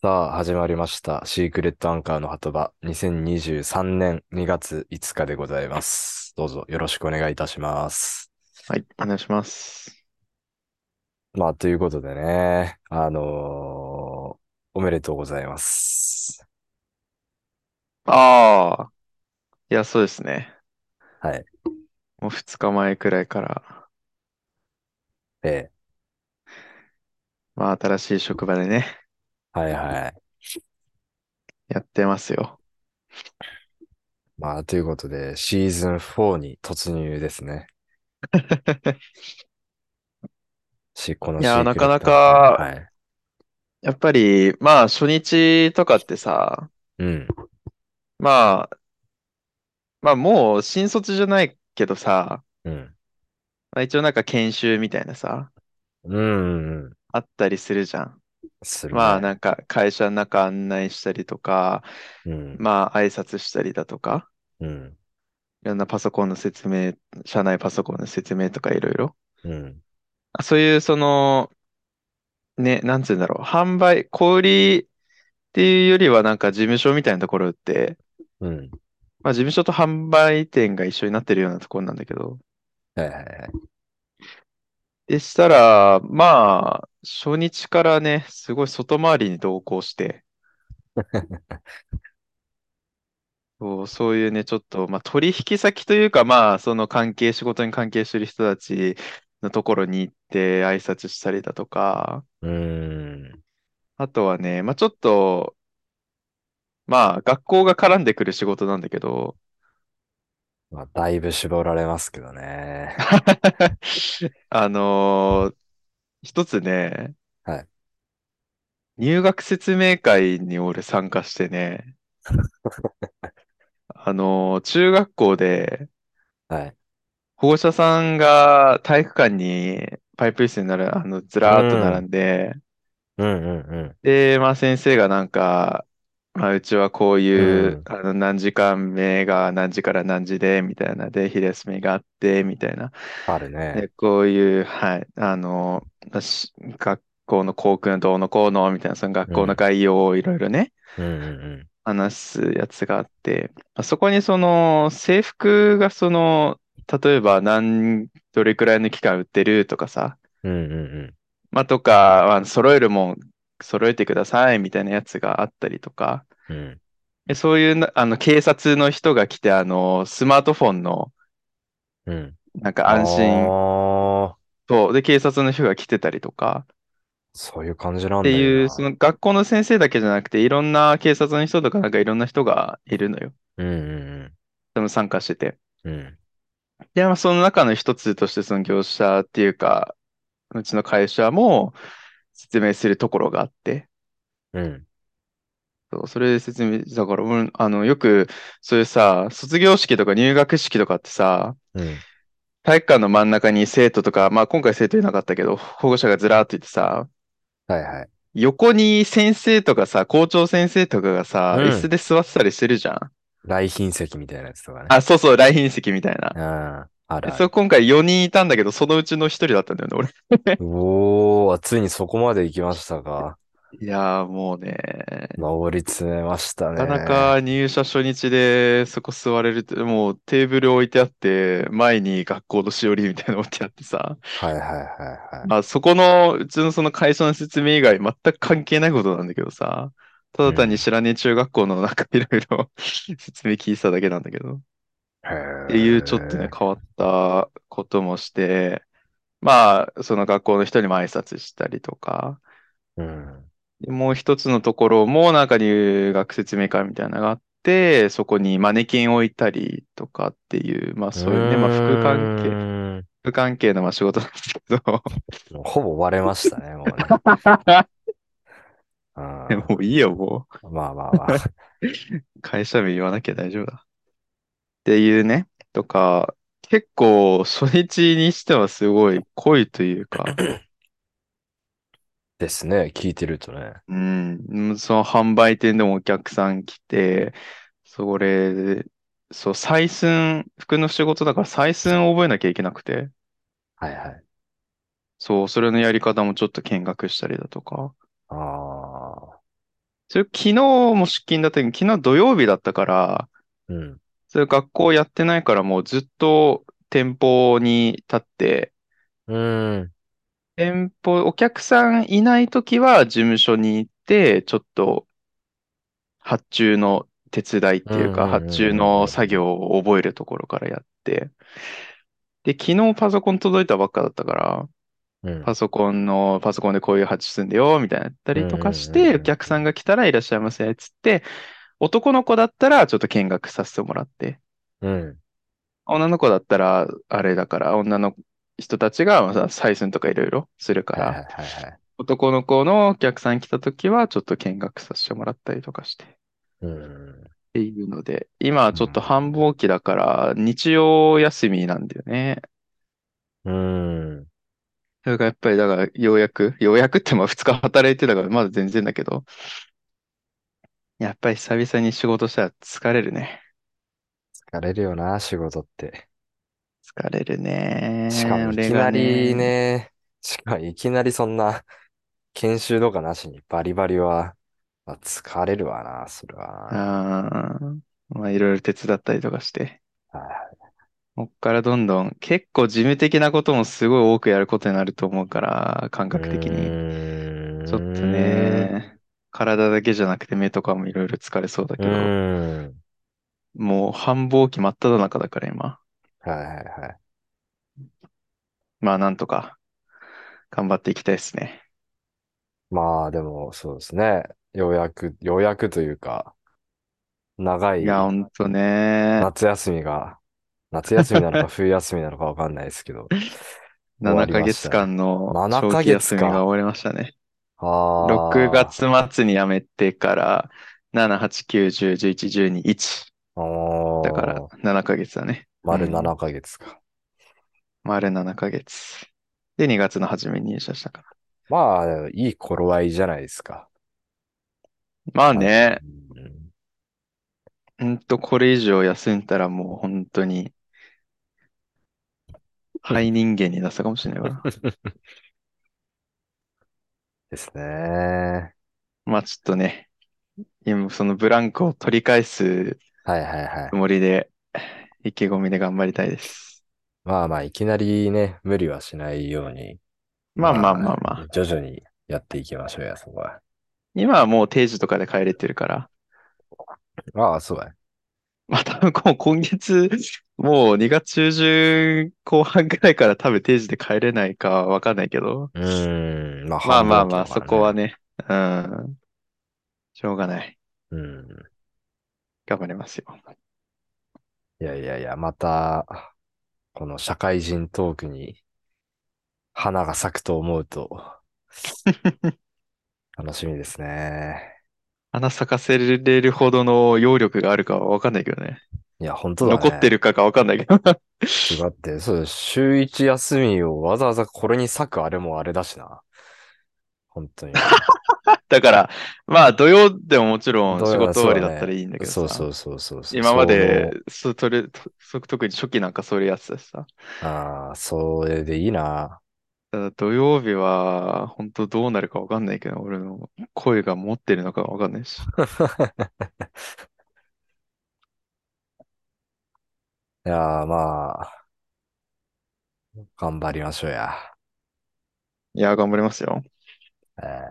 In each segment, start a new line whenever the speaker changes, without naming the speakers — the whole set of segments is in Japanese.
さあ、始まりました。シークレットアンカーの鳩場、2023年2月5日でございます。どうぞよろしくお願いいたします。
はい、お願いします。
まあ、ということでね、あのーおめでとうございます。
ああ、いや、そうですね。
はい。
もう2日前くらいから、
ええ、
まあ、新しい職場でね、
はいはい。
やってますよ。
まあ、ということで、シーズン4に突入ですね。し、この
い
シー
や、な
クレ
か
ッ
な
トアンカー。
か、
はい。
やっぱり、まあ、初日とかってさ、
うん。
まあ、まあ、もう新卒じゃないけどさ、
うん。
まあ、一応なんか研修みたいなさ、
うん、うん。
あったりするじゃん。
する
まあ、
ね。
なんか会社の中案内したりとか、
うん。
まあ、挨拶したりだとか、
うん。
いろんなパソコンの説明、社内パソコンの説明とかいろいろ。
うん。
あそういう、その、ね、なんつうんだろう、販売、小売りっていうよりは、なんか事務所みたいなところって、
うん。
まあ事務所と販売店が一緒になってるようなところなんだけど、
はいはいはい。
でしたら、まあ、初日からね、すごい外回りに同行して、そう、そういうね、ちょっと、まあ取引先というか、まあ、その関係、仕事に関係してる人たちのところに行って挨拶したりだとか、
うーん。
あとはね、まあちょっと、まあ学校が絡んでくる仕事なんだけど、
まあ、だいぶ絞られますけどね。
あのー一つね、
はい。
入学説明会に俺参加してね、あのー中学校で
はい。
保護者さんが体育館にパイプ椅子になる、あの、ず
う
らーっと並
ん。
んで、
うんうん
で、まあ先生がなんか、まあうちはこう
う
い
ん。う
う、
ん。
あの、何時間目が何時から何時で、みたいな、で、昼休みがあって、みたいな。
ある
で、
ね。
こういう、はい、あの、まあし学校の校訓どうのこうのみたいな、その学
う
校の
ん。
概要をいろいろね、
うんうん
話すやつがあって、まあそこにその制服がその、例えば何、どれくらいの期間売ってるとかさ、
うん。うんうんうん。
まあ、とか、あの揃えるもん、揃えてくださいみたいなやつがあったりとか、
うん。
でそういうな、あの、警察の人が来て、あの、スマートフォンの、
うん。
なんか安心
ああ、
と、で、警察の人が来てたりとか、
そういう感じな
っ
ん
て
だよ
いう、そ
な。
の学校の先生だけじゃなくて、いろんな警察の人とか、なんかいろんな人がいるのよ。
うんうん
でも参加してて。
うん。うん
で、まあ、その中の一つとして、その業者っていうか、うちの会社も説明するところがあって、
うん。
そうそれで説明、だから、うんあの、よく、そういうさ、卒業式とか入学式とかってさ、
うん。
体育館の真ん中に生徒とか、まあ今回生徒いなかったけど、保護者がずらーっといてさ、
はいはい。
横に先生とかさ、校長先生とかが
う
さ、椅子
ん。
で座ってたりしてるじゃん。
来賓席みたいなやつとかね。
あ、そうそう、来賓席みたいな。
うん。あ
で、
るあ
そう、
る。
今回4人いたんだけど、そのうちの1人だったんだよね、俺。
おー、ついにそこまで行きましたか。
いやー、もうね、
上り詰めました
なかな
ね。
か入社初日でそこ座れるって、もうテーブル置いてあって、前に学校のしおりみたいなの置いてあってさ、
はいはいはいはい。
まあそこの、うちのその会社の説明以外全く関係ないことなんだけどさ、た
う
だ単に
ん。
知らねえ中学校のなんかいろいろ 説明聞いてただけなんだけど、
へ
っていうちょっとね、
え。
変わったこともして、まあその学校の人にも挨拶したりとか、
うん。
でもう一つのところもなんか入学説明会みたいなのがあって、そこにマネキン置いたりとかっていう、まあ
う
そういうね、まあ副関係、
ーん。
副関係のまあ仕事なんですけど
もうほぼ割れました ね、もうね。うん。
もういいよ、もう。
まあまあまあ。
会社名言わなきゃ大丈夫だ。っていうね、とか、結構初日にしてはすごい濃いというか、
ですね、聞いてるとね。
うん、その販売店でもお客さん来て、それ、そう、採寸、服の仕事だから採寸を覚えなきゃいけなくて、
はいはい。
そう、それのやり方もちょっと見学したりだとか、
ああ。
それ昨日も出勤だったけど、昨日土曜日だったから、
うん。
それ学校やってないからもうずっと店舗に立って、
うん。
店舗、お客さんいないときは事務所に行って、ちょっと発注の手伝いっ
う
ていうん
う
か、
ん
発
う
注
んうん
の
うん。
作業を覚えるところからやって、で、昨日パソコン届いたばっかだったから、
うん。
パソコンの、パソコンでこういう発注するんだよ、みたいなやった
う
り
ん
と
う
か
ん
し
うん
て、お
うん
客
う
さん
ん。
が来たらいらっしゃいませ、つって、男の子だったらちょっと見学させてもらって、
うん。
女の子だったら、あれだから、女の人たちがまあさ採寸とかいろいろするか
はいはい
ら、
はいはい。
男の子のお客さん来た時は、ちょっと見学させてもらったりとかして。っ
うん。
ていうので、今は
う
ちょっと
ん。
繁忙期だから、日曜休みなんだよね。
うん。
それがやっぱり、だから、ようやく、ようやくってまあ2日働いてたから、まだ全然だけど、やっぱり久々に仕事したら疲れるね。
疲れるよな、仕事って。
疲れる
しか
ね。
もい
俺
き
が
なり
ね、
ね、しかもいきなりそんな研修とかなしにバリバリは、まあ、疲れるわな、それは
あーまあいろいろ手伝ったりとかして。
な。はい
こっからどんどん、結構事務的なこともすごい多くやることになると思うから、感
う
覚的に。ちょっと
ーん。
ね、体だけじゃなくて目とかもいろいろ疲れそうだ
う
けど、
ーん。
もう繁忙期真っ只中だから今。
はいはいはい。
まあなんとか頑張っていきたいですね。
まあでもそうですね。ようやく、ようやくというか、長
いや、
い
ほんとね、
夏休みが、夏休みな のか冬休みなのかわかんないですけど、終わ
7
りま
ヶ
したね。
月間の
7
長期
ヶ月
休みが
か。
終わりましたね。6
あ
月末に辞めてから、7、8、9、10、11、12、1。
あ、
だから
おー、
7ヶ月だね。う
丸7
ん。
ヶ月か。
丸7ヶ月。で、2月の初めに入社したから。
まあ、いい頃合いじゃないですか。
まあ
あの
ね、
うん
うんと、これ以上休んだらもう本当に廃人間になったかもしれないから。
ですね。
まあちょっとね、今そのブランクを取り返す
はいはいは
つ
い。
もりで、意気込みで頑張りたいです。
まあまあ、いきなりね、無理はしないように、
まあまあ
ま
まあ
あ、
まあ。
徐々にやっていきましょうや、そこは。
今はもう定時とかで帰れてるから。
ああ、そうだね。
まあ多分こう今月、もう2月中旬後半ぐらいから多分定時で帰れないかわかんないけど。
うーん、まあ、
まあ
繁
ま
忙
あ
期
ま
だ
あ、
か
そこは
らね。
ね、うん、しょうがない。
うん。
頑張りますよ。
いやいやいや、また、この社会人トークに花が咲くと思う と、楽しみですね。
花咲かせれるほどの揚力があるかはわかんないけどね。
いや、本当だ
残って
ね。
るかがわかんないけど。
ちょっとだって、そうだ、週一休みをわざわざこれに割くあれもあれだしな。本 当に。
だから、まあ土曜でももちろん
どう
仕
やら
事終
そう
わり
だ
だったら
ね。
いいんだけど
そう
さ。
そうそうそうそう、
今ま
そ
で、
の、
そ、とれ、とそ特に初期なんかそれやってたしさ。
ああ、それでいいな。
ただ土曜日は本当どうなるかわかんないけど、俺の声が持ってるのかわかんないし。
いやー、まあ、頑張りましょうや。
いや、頑張りますよ。
えー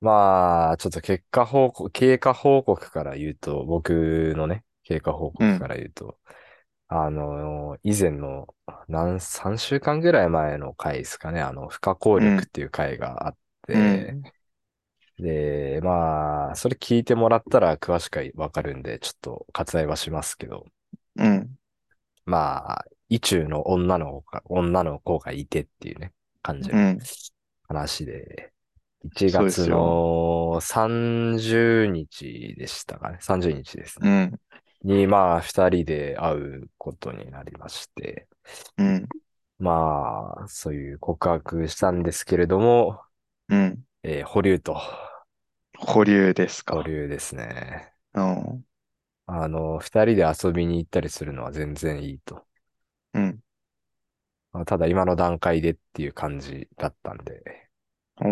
まあ、ちょっと結果報告、経過報告から言うと、僕のね、経過報
う
告か
ん。
ら言うと、あのー、以前の、何、3週間ぐらい前の回ですかね、あの、不可抗
う
力っ
ん。
ていう回があっ
う
て、
ん。
で、まあ、それ聞いてもらったら詳しくわかるんで、ちょっと割愛はしますけど、
うん。
まあ、意中の女の子が、女の子がいてっていうね、感じ
う
の
ん。
話で、1
そうで
月
すよ。
の30日でしたかね、30日です
う
ね。
ん。
に、まあ、2人で会うことになりまして、
うん。
まあ、そういう告白したんですけれども、
うん。
えー保留と、
保留です
保
か。
留ですね。
うん。
あの、2人で遊びに行ったりするのは全然いいと。
うん。
まあただ今の段階でっていう感じだったんで、
うー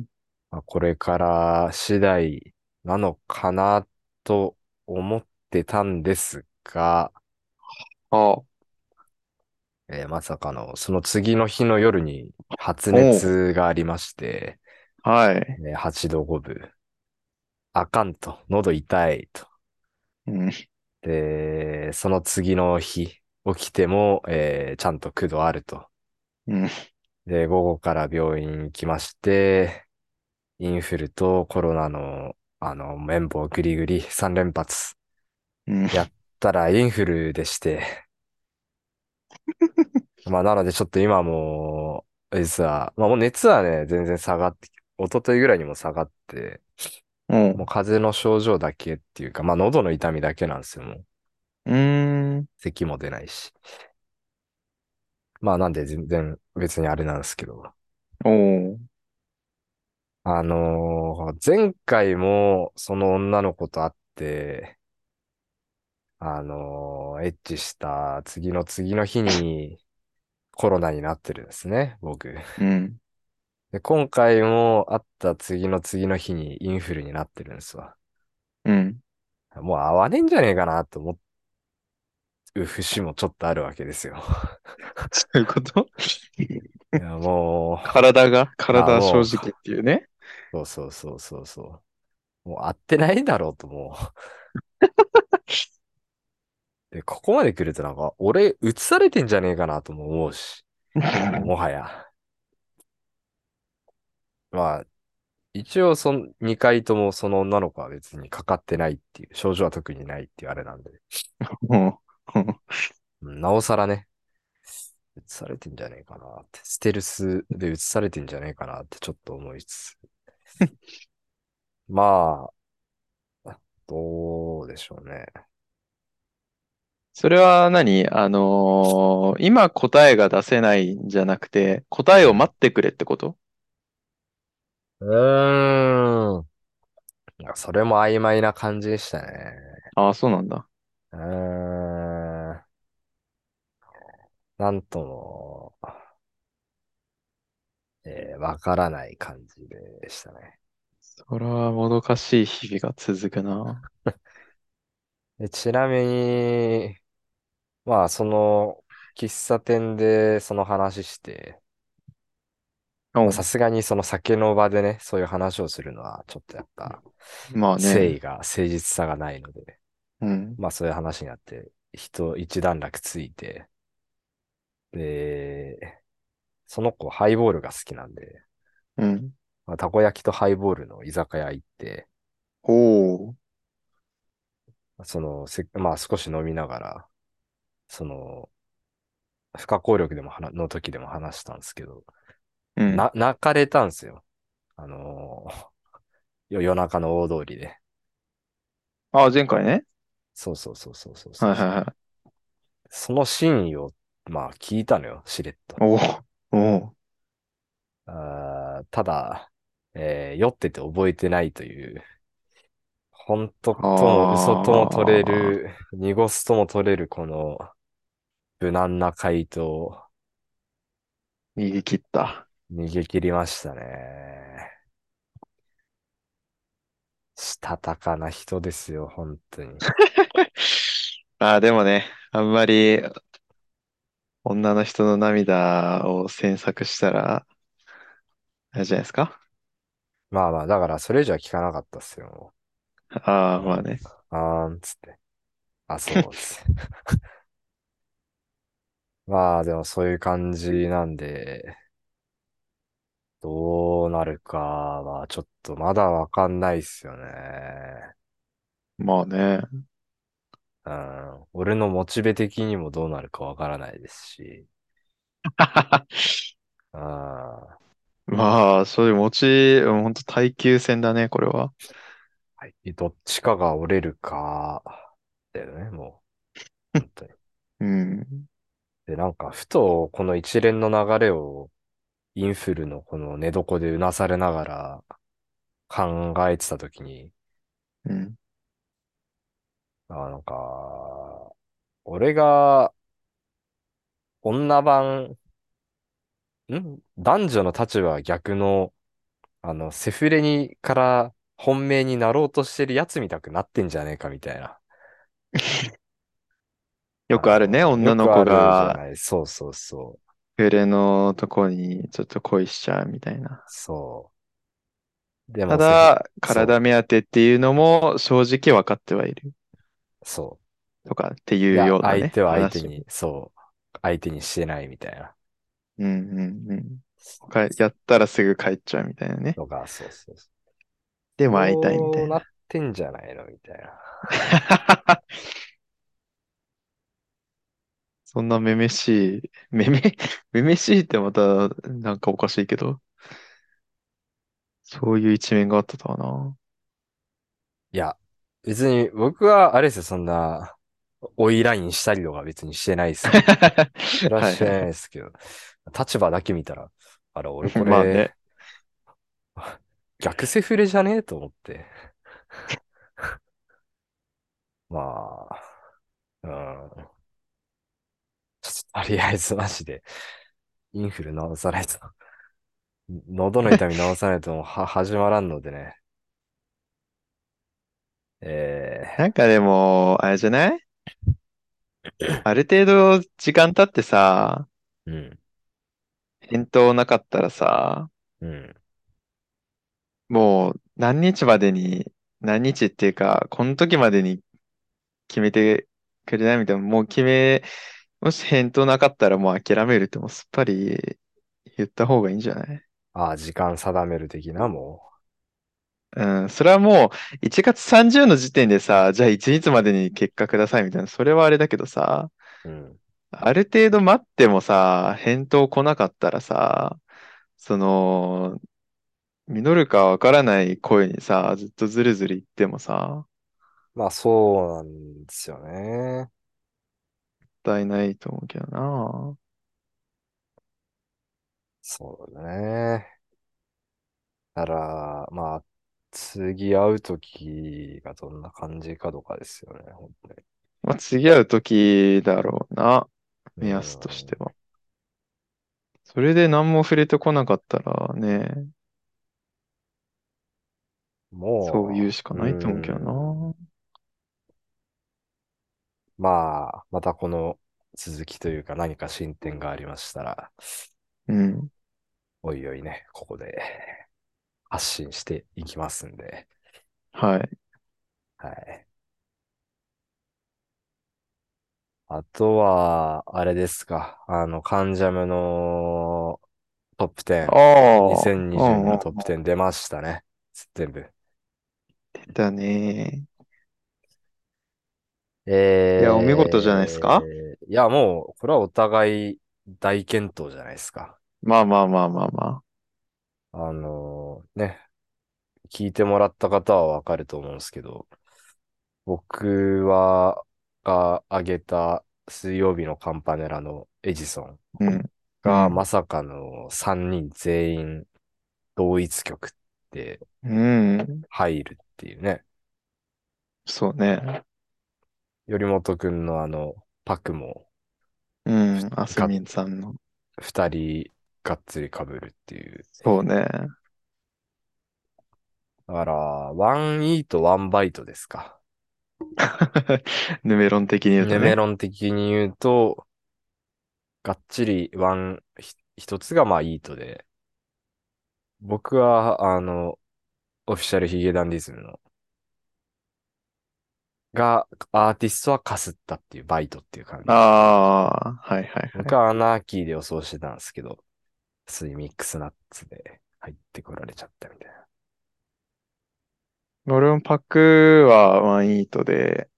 ん。
まあこれから次第なのかなと思ってたんですが、
ああ、
えーまさかの、その次の日の夜に発熱がありまして、
はい。
えー8度5分。あかんと、喉痛いと。
うん。
で、その次の日起きても、えーちゃんと9度あると。
うん。
で、午後から病院行きまして、インフルとコロナの、あの、綿棒グリグリ3連発。
うん。
やったらインフルでして。 まあ、なのでちょっと今も、実は、まあもう熱はね、全然下がって、一昨日ぐらいにも下がって、
うん。
もう風邪の症状だけっていうか、まあ喉の痛みだけなんですよ、もう。
うーん。
咳も出ないし。まあなんで全然別にあれなんですけど。
おう。
あのー前回もその女の子と会って、あのーエッチした次の次の日にコロナになってるんですね、僕。
うん。
で、今回も会った次の次の日にインフルになってるんですわ。
うん。
もう会わねえんじゃねえかなと思う節もちょっとあるわけですよ。
そういうこと
いや、もう、
体が、体
あ
は
もう
正直っていうね。
そうそうそうそうそう。もう会ってないだろうと、もう。 で、ここまで来るとなんか、俺、映されてんじゃねえかなとも思うし、もはや。まあ、一応、その、2回ともその女の子は別にかかってないっていう、症状は特にないっていうあれなんで、
もう、も
うんなおさらね、映されてんじゃねえかなって、ステルスで映されてんじゃねえかなってちょっと思いつ つ。まあ、どうでしょうね。
それは何あのー今答えが出せないんじゃなくて、答えを待ってくれってこと
うーん。なんかそれも曖昧な感じでしたね。
ああ、そうなんだ。
うーん。なんとも、えーわからない感じでしたね。
それはもどかしい日々が続くな。
でちなみに、まあ、その、喫茶店でその話して、
お
ま
う
あさすがにその酒の場でね、そういう話をするのは、ちょっとやっぱ、
まあ
誠
ね。
意が、誠実さがないので、
うん。
まあそういう話になって、人一段落ついて、で、その子ハイボールが好きなんで、
うん。
まあたこ焼きとハイボールの居酒屋行って、
おう。
その、せまあ少し飲みながら、その、不可抗力でもはなの時でも話したんですけど、
うん。
な、泣かれたんですよ。あのー よ夜中の大通りで。
ああ、前回ね。
そうそうそうそうそうそう
はいはいはい。
その真意を、まあ聞いたのよ、しれっと。
おう。おう。
あーただ、えー酔ってて覚えてないという、本当と
あ
も
ー
嘘とも取れる、濁すとも取れる、この、無難な回答、
逃げ切った。
逃げ切りましたね。したたかな人ですよ、本当に。
ああ、でもね、あんまり女の人の涙を詮索したら、あれじゃないですか。
まあまあ、だから、それ以上は聞かなかったっすよ。
ああ、まあね。
あーん、つって。あ、そうです。 まあ、でもそういう感じなんで、どうなるかはちょっとまだわかんないっすよね。
まあね。
うん。俺のモチベ的にもどうなるかわからないですし。うん。
まあ、そういう持ち、本当耐久戦だね、これは。
はいどっちかが折れるか、だよね、もう。本当に。
うん。
で、なんか、ふと、この一連の流れを、インフルのこの寝床でうなされながら考えてたときに、
うん。
あ、なんか、俺が、女版、ん男女の立場は逆の、あの、セフレにから本命になろうとしてるやつみたくなってんじゃねえかみたいな。
よくあるね、
の
女の
よくあ
子
るじゃ
が、
ない。そうそうそう。
フレのとこにちょっと恋しちゃうみたいな。
そう。で
た
もセフ、
だ、
そ
体目当てっていうのも正直分かってはいる
う、そ
とかって
う。い
いう
や、
ような
相
ね、
手は相手
話を。
に、そう、相手にしてないみたいな。
うんうんうん。かやったらすぐ帰っちゃうみたいなね。
のが、そうそうそう。
でも会いたいみた
そう
い
なっ
な。
てんじゃないのみたいな。
そんなめめしい、めめ、めめしいってまたなんかおかしいけど、そういう一面があったとはな。
いや、別に僕は、あれですよ、そんな、追いラインしたりとか別にしてないですけど。それは
はい
してない
は
ですけど。立場だけ見たら、あら、俺
い。
こ
まあ
れ、
ね。
逆セフレじゃねえと思って。 まあ、うん。ちょっととりあえずマジで、インフル治さないと、喉の痛み治さない ともうは始まらんのでね。え
なんかでも、あれじ ゃないある程度時間経ってさ、
ー、うん、
返答なかったらさ、
うん。
もう何日までに、何日っていうか、この時までに決めてくれないみたいな、もう決め、もし返答なかったらもう諦めるってもうすっぱり言った方がいいんじゃない
ああ、時間定める的な、も
うん、それはもう1月30の時点でさ、じゃあ1日までに結果くださいみたいな、それはあれだけどさ、
う。うん。
ある程度待ってもさ、返答来なかったらさ、その、実るかわからない声にさ、ずっとずるずる言ってもさ、
まあ、そうなんですよね。
もったいないと思うけどな。
そうだね。だから、まあ、次会うときがどんな感じかとかですよね、本当に。
まあ、次会う時だろうな、
う
目安として
ん。
は。それで何も触れてこなかったらね、そう言う
も
しか
う、う
ないと思うけど
ん。
な。
まあ、またこの続きというか何か進展がありましたら、
うん。
おいおいね、ここで発信していきますんで。
はい。
はい。あとは、あれですか。あの、関ジャムのトップ10、
ああ、う
2020
ん
の
うん。
トップ10出ましたね。全部。
だね。いや、お見事じゃないですか
えー、いや、もう、これはお互い大健闘じゃないですか。
まあまあまあまあま
あのーね、聞いてもらった方はわかると思うんですけど、僕は、が挙げた水曜日のカンパネラのエジソン
あ。うん。う
が、ま
ん。
さかの3人全員同一曲って
うん。
入るっていうね。
そうね。
頼本くんのあの、パクも、
うん。あす
が、
みんさんの。
二人がっつり被るっていう。
そうね。
だから、ワンイートワンバイトですか。
ヌメロン的に言うと
ヌメ
ね。
ロン的に言うと、がっちりワン、ひ一つがまあイートで、僕は、あの、オフィシャルヒゲダンディズムの、が、アーティストはかすったっていう、バイトっていう感
あ
じで。
あ、はいはいは
僕
い。
はアナーキーで予想してたんですけど、スイミックスナッツで入ってこられちゃったみたいな。
俺もパクはワンイートで、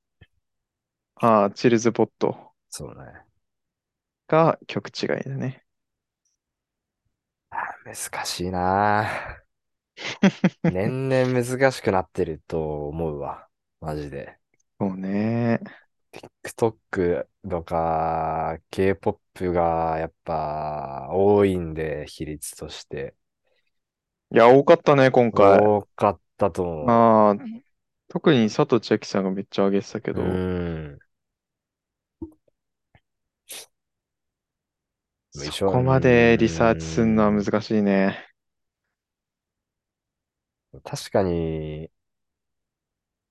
ああ、チルズポット
そうね。
が曲違いだね。
あー難しいな ぁ。年々難しくなってると思うわ。マジで。
そうね。
TikTok とか K-POP がやっぱ多いんで、比率として。
いや、多かったね、今回。
多かったと思
ああ、特に佐藤千亜希さんがめっちゃ上げてたけ
う。う
ど、
ーん。もう一
そ
緒、う
こまでリサーチするの
ー
は
ん。
難しいね。
確かに、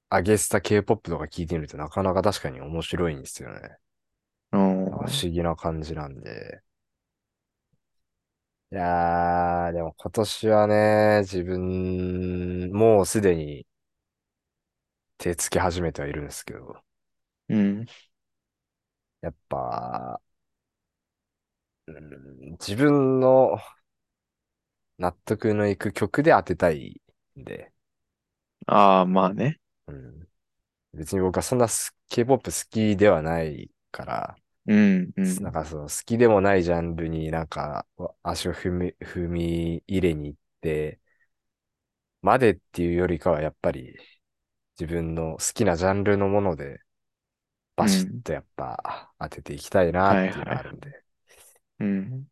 アゲスタ K-POP とか聞いてみるとなかなか確かに面白いんですよね。
う
不
ん。
思議な感じなんで。いやー、でも今年はね、自分、もうすでに手つき始めてはいるんですけど、
うん。
やっぱ、うん自分の納得のいく曲で当てたいんで、
ああ、まあね。
うん、別に僕はそんなす K-POP 好きではないから、
うん、う
すなん
ん。
かその好きでもないジャンルになんかわ足を踏み、踏み入れに行ってまでっていうよりかはやっぱり自分の好きなジャンルのもので
う
バシッ
ん。
とやっぱ当てていきたいなっ
はい
ていうの
は
があ
い。
るんで。
うん。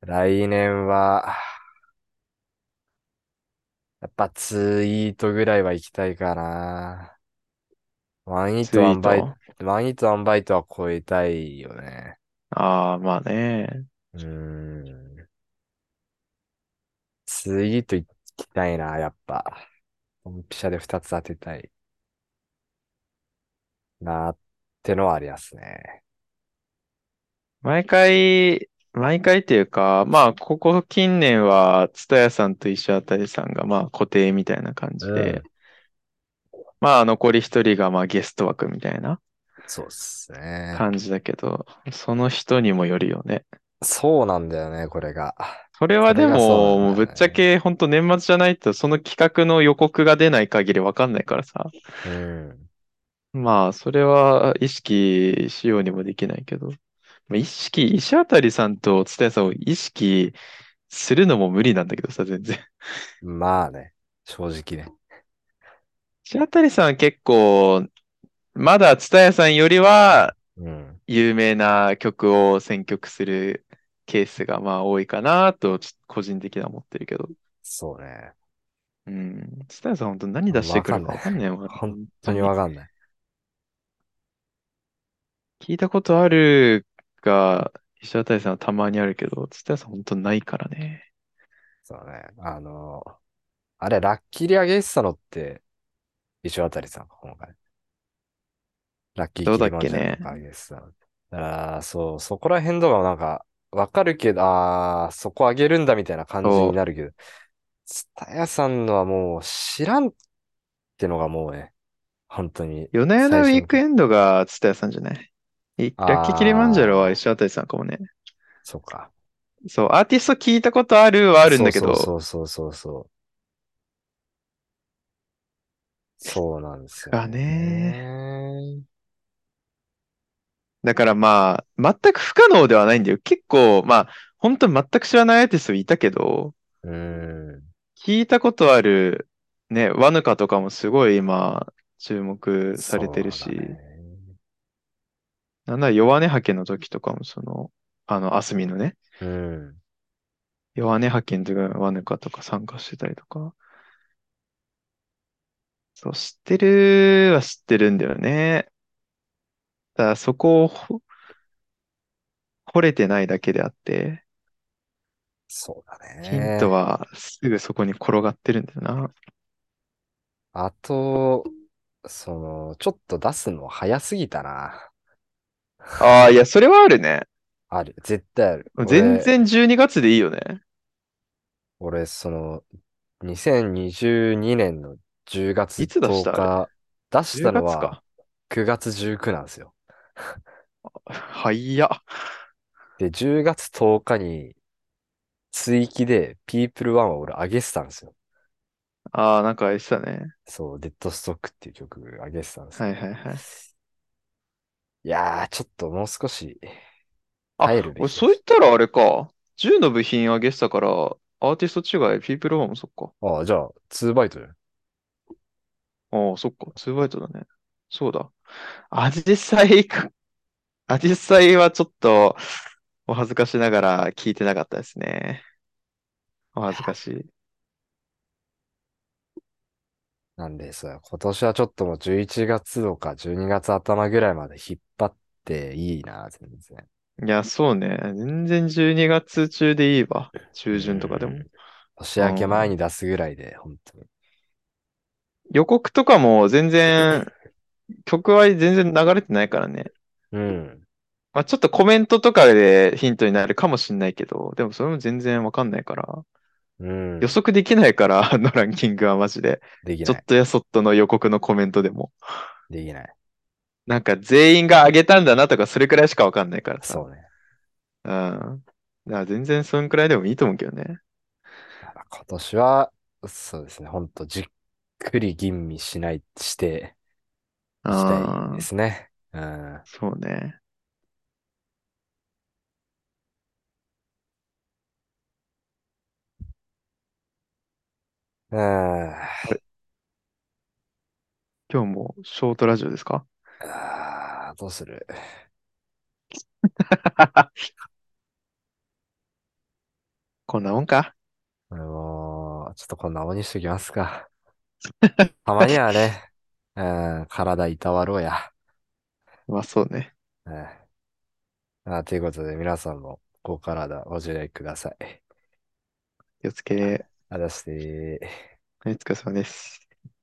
来年はやっぱツイートぐらいは行きたいかな。ワンイート
ツ
ワ
イー
ンバイ
ト。
ト、ワンイートワンバイトは超えたいよね。
ああ、まあね。
うーん。ツイート行きたいな、やっぱ。ドンピシャで2つ当てたい。なーってのはありますね。
毎回、毎回っていうか、まあ、ここ近年は、蔦屋さんと一緒あたりさんが、まあ、固定みたいな感
う
じ
ん。
で、まあ、残り一人が、まあ、ゲスト枠みたいな
そうっすね。
感じだけど、その人にもよるよね。
そうなんだよね、これが。
それ
そ
は
れ
で
がそうな
も、
ん
もう
だ
ぶっ
よ
ちゃ
ね。
け、本当年末じゃないと、その企画の予告が出ない限りわかんないからさ。
うん。
まあ、それは意識しようにもできないけど。まあ意識、石渡さんと蔦屋さんを意識するのも無理なんだけどさ、全然。
まあね。正直ね。
石渡さんは結構、まだ蔦屋さんよりは
うん。
有名な曲を選曲するケースがまあ多いかなと、ちょっと個人的には思ってるけど。
そうね。
うん。蔦屋さん本当何出して
わ
く
か
る
ん
か
ない。
わかんないもん、
本
本
当
当
に
に。
わかんない。
聞いたことあるが、石渡さんはたまにあるけど、蔦屋さん本当ないからね。
そうね。あのーあれ、ラッキーリアゲイスサのって、石渡さんか、今回。ラッキー
どう
キ
だ
リマ
っ
ン
け
ジャロ
ね。
とかあげてたの。だからそう、そこら辺とかもなんか、わかるけど、あーそこあげるんだみたいな感じに
そ
なるけど、ツタヤさんのはもう知らんってのがもうね、本当に
う。夜な夜な
最初
ウィー
の
クエンドが蔦屋さんじゃない。いラッキーキリマンジャロは
あ
石渡さんかもね。
ー、そうか。
そう、アーティスト聞いたことあるはあるん
そ
だ
う
け
そう
ど、
そうそうそうそう。そうなんですよ
がね。
ね。
だからまあ、全く不可能ではないんだよ。結構、まあ、本当に全く知らないアーティストいたけど、
うーん。
聞いたことある、ね、ワヌカとかもすごい今、注目されてる
そうだ
し、
ね。
なんなら弱音吐けの時とかも、その、あの、アスミのね、
うん。
弱音吐けの時はワヌカとか参加してたりとか、そう、知ってるは知ってるんだよね。ただそこをほ惚れてないだけであって、
そうだ
ヒン
ね。
トはすぐそこに転がってるんだよな。
あと、その、ちょっと出すの早すぎたな。
ああ、いや、それはあるね。
ある。絶対ある。
全
俺、
然12月でいいよね。
俺、その、2022年の10
い
月
つ出し
10
たあれ。
日、出し
10
たの
月
は
か。
9月19なんですよ。
はいや。
で、10月10日に追記で People One を俺上げてたんですよ。
ああ、なんかあれしたね。
そう、デッドストックっていう曲上げてたんです
は
け
い
ど。
はいはい。
いやー、ちょっともう少し耐える
あ、
べ
俺
きで
そう言
し
ったらあれか。10の部品あげしたから、アーティスト違い、ピープルフォーもそっか。
た。ああ、じゃあ、2バイトじゃん。
ああ、そっか。2バイトだね。そうだ。アジサイか。アジサイはちょっと、お恥ずかしながら聞いてなかったですね。お恥ずかしい。
なんでさ、今年はちょっともう11月とか12月頭ぐらいまで引っ張っていいな、全然。
いや、そうね。全然12月中でいいわ。
う
中旬とかで
ー
も。
ん。年明け前に出すぐらいで、本当に。
予告とかも全然、曲は全然流れてないからね。
うん。
まあ、ちょっとコメントとかでヒントになるかもしんないけど、でもそれも全然わかんないから。
うん。
予測できないから、 あのランキングはマジで。
でき
ちょ
な
っ
い。
とやそっとの予告のコメントでも。
できない。
なんか全員が上げたんだなとか、それくらいしかわかんないからさ。
そうね。
うん。だから全然そんくらいでもいいと思うけどね。
今年は、そうですね。ほんと、じっくり吟味しない、して、いきた
あ
い
あ
で、すね。うん。
そうね。
うん。
今日もショートラジオですか
あーどうする
こんなもんか
あのーちょっとこんなもんにしときますか。たまにはね、うん、体いたわろうや。
まあそうね。
うん、あということで皆さんもお体ご自愛ください。
気をつけ。
ありがとうございました
お疲れ様です。